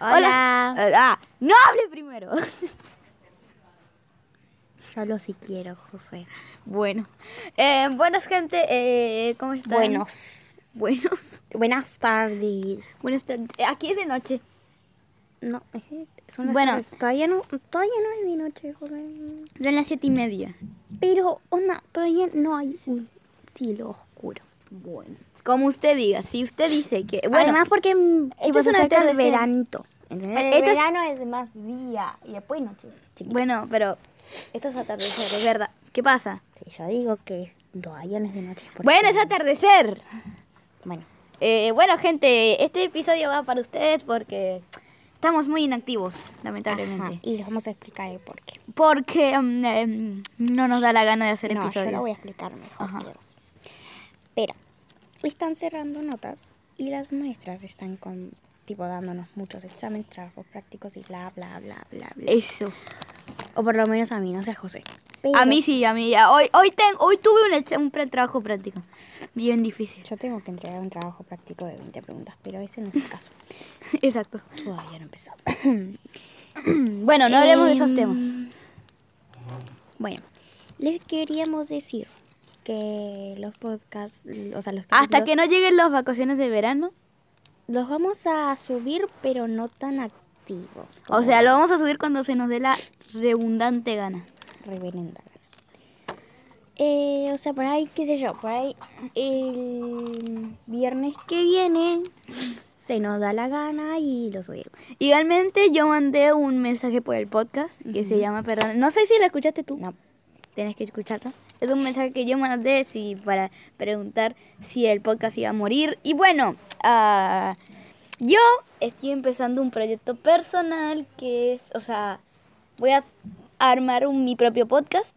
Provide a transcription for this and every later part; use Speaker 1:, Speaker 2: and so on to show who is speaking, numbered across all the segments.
Speaker 1: Hola.
Speaker 2: Eh, ah, no hable primero.
Speaker 1: Solo si quiero, Josué.
Speaker 2: bueno. Eh, buenas, gente. eh, ¿Cómo están?
Speaker 1: Buenos.
Speaker 2: Buenos.
Speaker 1: Buenas tardes.
Speaker 2: Buenas tardes. Eh, Aquí es de noche.
Speaker 1: No, eh, son las
Speaker 2: Bueno.
Speaker 1: tres. Todavía no, todavía no es de noche, Josué.
Speaker 2: Son las siete y media.
Speaker 1: Pero, onda, todavía no hay un cielo oscuro.
Speaker 2: Bueno. Como usted diga. Si usted dice que... Bueno,
Speaker 1: Además, porque mm,
Speaker 2: este
Speaker 1: tipo,
Speaker 2: es
Speaker 1: se
Speaker 2: un
Speaker 1: acerca el
Speaker 2: atardecer.
Speaker 1: veranito. ¿entendés?
Speaker 2: Eh, esto es-
Speaker 1: es más día y después noche. chiquita.
Speaker 2: bueno, pero... Esto es atardecer, es verdad. ¿Qué pasa?
Speaker 1: Yo digo que todavía no es de noche. porque-
Speaker 2: Bueno, es atardecer.
Speaker 1: Bueno.
Speaker 2: Eh, bueno, gente, este episodio va para ustedes porque estamos muy inactivos, lamentablemente.
Speaker 1: Ajá, y les vamos a explicar el por qué.
Speaker 2: Porque mm, em, no nos da la gana de hacer
Speaker 1: no,
Speaker 2: episodios.
Speaker 1: yo lo voy a explicar mejor.
Speaker 2: Ajá.
Speaker 1: que vos. Pero están cerrando notas y las maestras están con tipo dándonos muchos exámenes, trabajos prácticos y bla bla bla bla bla.
Speaker 2: Eso.
Speaker 1: O por lo menos a mí, no sé a José. Pero
Speaker 2: A mí sí, a mí ya. Hoy, hoy, ten- hoy tuve un, ex- un pre- trabajo práctico. Bien difícil.
Speaker 1: yo tengo que entregar un trabajo práctico de 20 preguntas, pero ese no es el caso.
Speaker 2: Exacto.
Speaker 1: Todavía no he empezado.
Speaker 2: Mm, Bueno, no hablemos de esos
Speaker 1: Em,
Speaker 2: temas.
Speaker 1: Bueno, les queríamos decir que los podcasts, o sea, los
Speaker 2: Hasta
Speaker 1: capítulos-
Speaker 2: que no lleguen las vacaciones de verano.
Speaker 1: Los vamos a subir, pero no tan activos.
Speaker 2: O sea, lo vamos a subir cuando se nos dé la redundante gana.
Speaker 1: Reverenda gana. Eh, o sea, por ahí, qué sé yo, por ahí el viernes que viene se nos da la gana y lo subimos.
Speaker 2: Igualmente, yo mandé un mensaje por el podcast que se llama Perdón. No sé si la escuchaste tú.
Speaker 1: No,
Speaker 2: Tienes que escucharlo. Es un mensaje que yo mandé sí, para preguntar si el podcast iba a morir. Y bueno, ah, yo estoy empezando un proyecto personal que es, o sea, voy a armar un- mi propio podcast.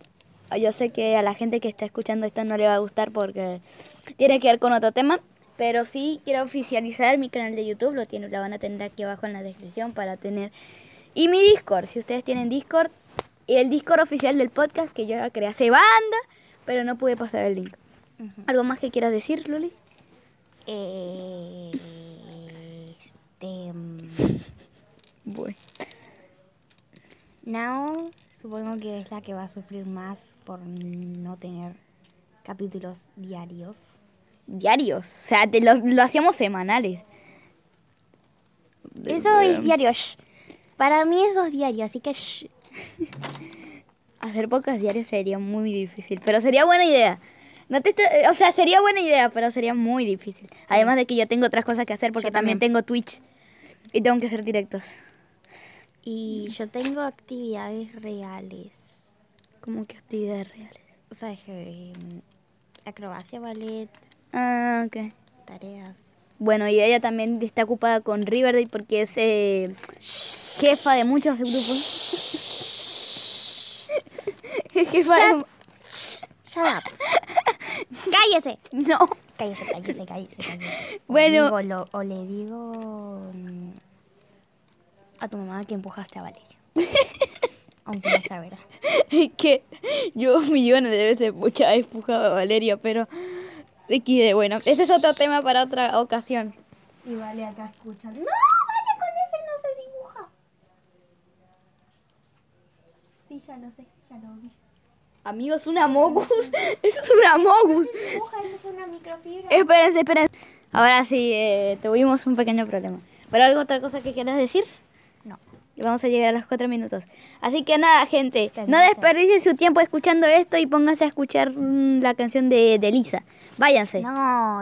Speaker 2: Ah, Yo sé que a la gente que está escuchando esto no le va a gustar porque tiene que ver con otro tema. Pero sí quiero oficializar mi canal de YouTube. Lo, tiene, lo van a tener aquí abajo en la descripción para tener y mi Discord, si ustedes tienen Discord, y el Discord oficial del podcast que yo la creé hace banda, pero no pude pasar el link. ¿Algo más que quieras decir, Luli?
Speaker 1: eh, este.
Speaker 2: Voy.
Speaker 1: Now, supongo que es la que va a sufrir más por no tener capítulos diarios.
Speaker 2: Diarios. O sea, te- lo, lo hacíamos semanales.
Speaker 1: Eso es diario. shh. Para mí eso es diario, así que shh.
Speaker 2: Hacer podcast diarios sería muy difícil, pero sería buena idea. No te estoy- eh, o sea, sería buena idea, pero sería muy difícil. Además de que yo tengo otras cosas que hacer porque
Speaker 1: Yo también.
Speaker 2: también. tengo Twitch y tengo que hacer directos.
Speaker 1: Y yo tengo actividades reales.
Speaker 2: Como que actividades reales.
Speaker 1: O sea, que, em, acrobacia, ballet,
Speaker 2: Ah, ok.
Speaker 1: tareas.
Speaker 2: Bueno, y ella también está ocupada con Riverdale porque es eh, jefa de muchos grupos. es jefa de...
Speaker 1: Shut up. cállese.
Speaker 2: No.
Speaker 1: Cállese, cállese, cállese. cállese. O
Speaker 2: Bueno.
Speaker 1: digo lo- o le digo mm, a tu mamá que empujaste a Valeria. Aunque no sea verdad.
Speaker 2: Es que yo millones de veces pucha, he empujado a Valeria, pero... XD, bueno, ese es otro tema para otra ocasión.
Speaker 1: Y vale acá escucha. No, vale, con ese no se dibuja. Sí, ya lo sé, ya lo vi.
Speaker 2: Amigos, una mogus. Eso es una mogus.
Speaker 1: Dibuja, esa es una microfibra.
Speaker 2: Espérense, espérense. Ahora sí, eh, tuvimos un pequeño problema. ¿Pero algo, otra cosa que quieras decir?
Speaker 1: No.
Speaker 2: Y Vamos a llegar a los cuatro minutos. Así que nada, gente, no
Speaker 1: Termina.
Speaker 2: desperdicien su tiempo escuchando esto y pónganse a escuchar mm, la canción de, de Lisa. Váyanse.
Speaker 1: No,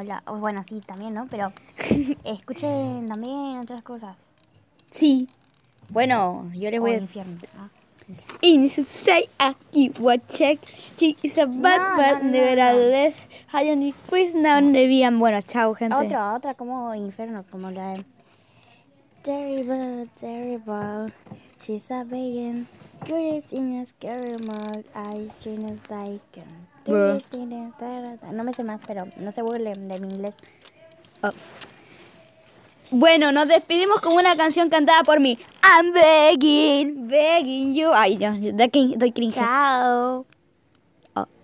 Speaker 1: la, o bueno, sí, también, ¿no? Pero escuchen también otras cosas.
Speaker 2: Sí. Bueno, yo les
Speaker 1: O
Speaker 2: voy a...
Speaker 1: el infierno. ah.
Speaker 2: In say I keep what check. She is a bad
Speaker 1: No,
Speaker 2: but
Speaker 1: no, no,
Speaker 2: nevertheless I only quiz now never um, Bueno, chao, gente.
Speaker 1: Otra, otra, como infierno, como la de... Terrible, terrible, she's a begging, curious in a scary mode, I shouldn't like him.
Speaker 2: Bruh.
Speaker 1: No me sé más, pero no se burlen de mi inglés.
Speaker 2: Bueno, nos despedimos con una canción cantada por mí. I'm begging, begging you. Ay, Dios, doy crin- doy cringe.
Speaker 1: Chao.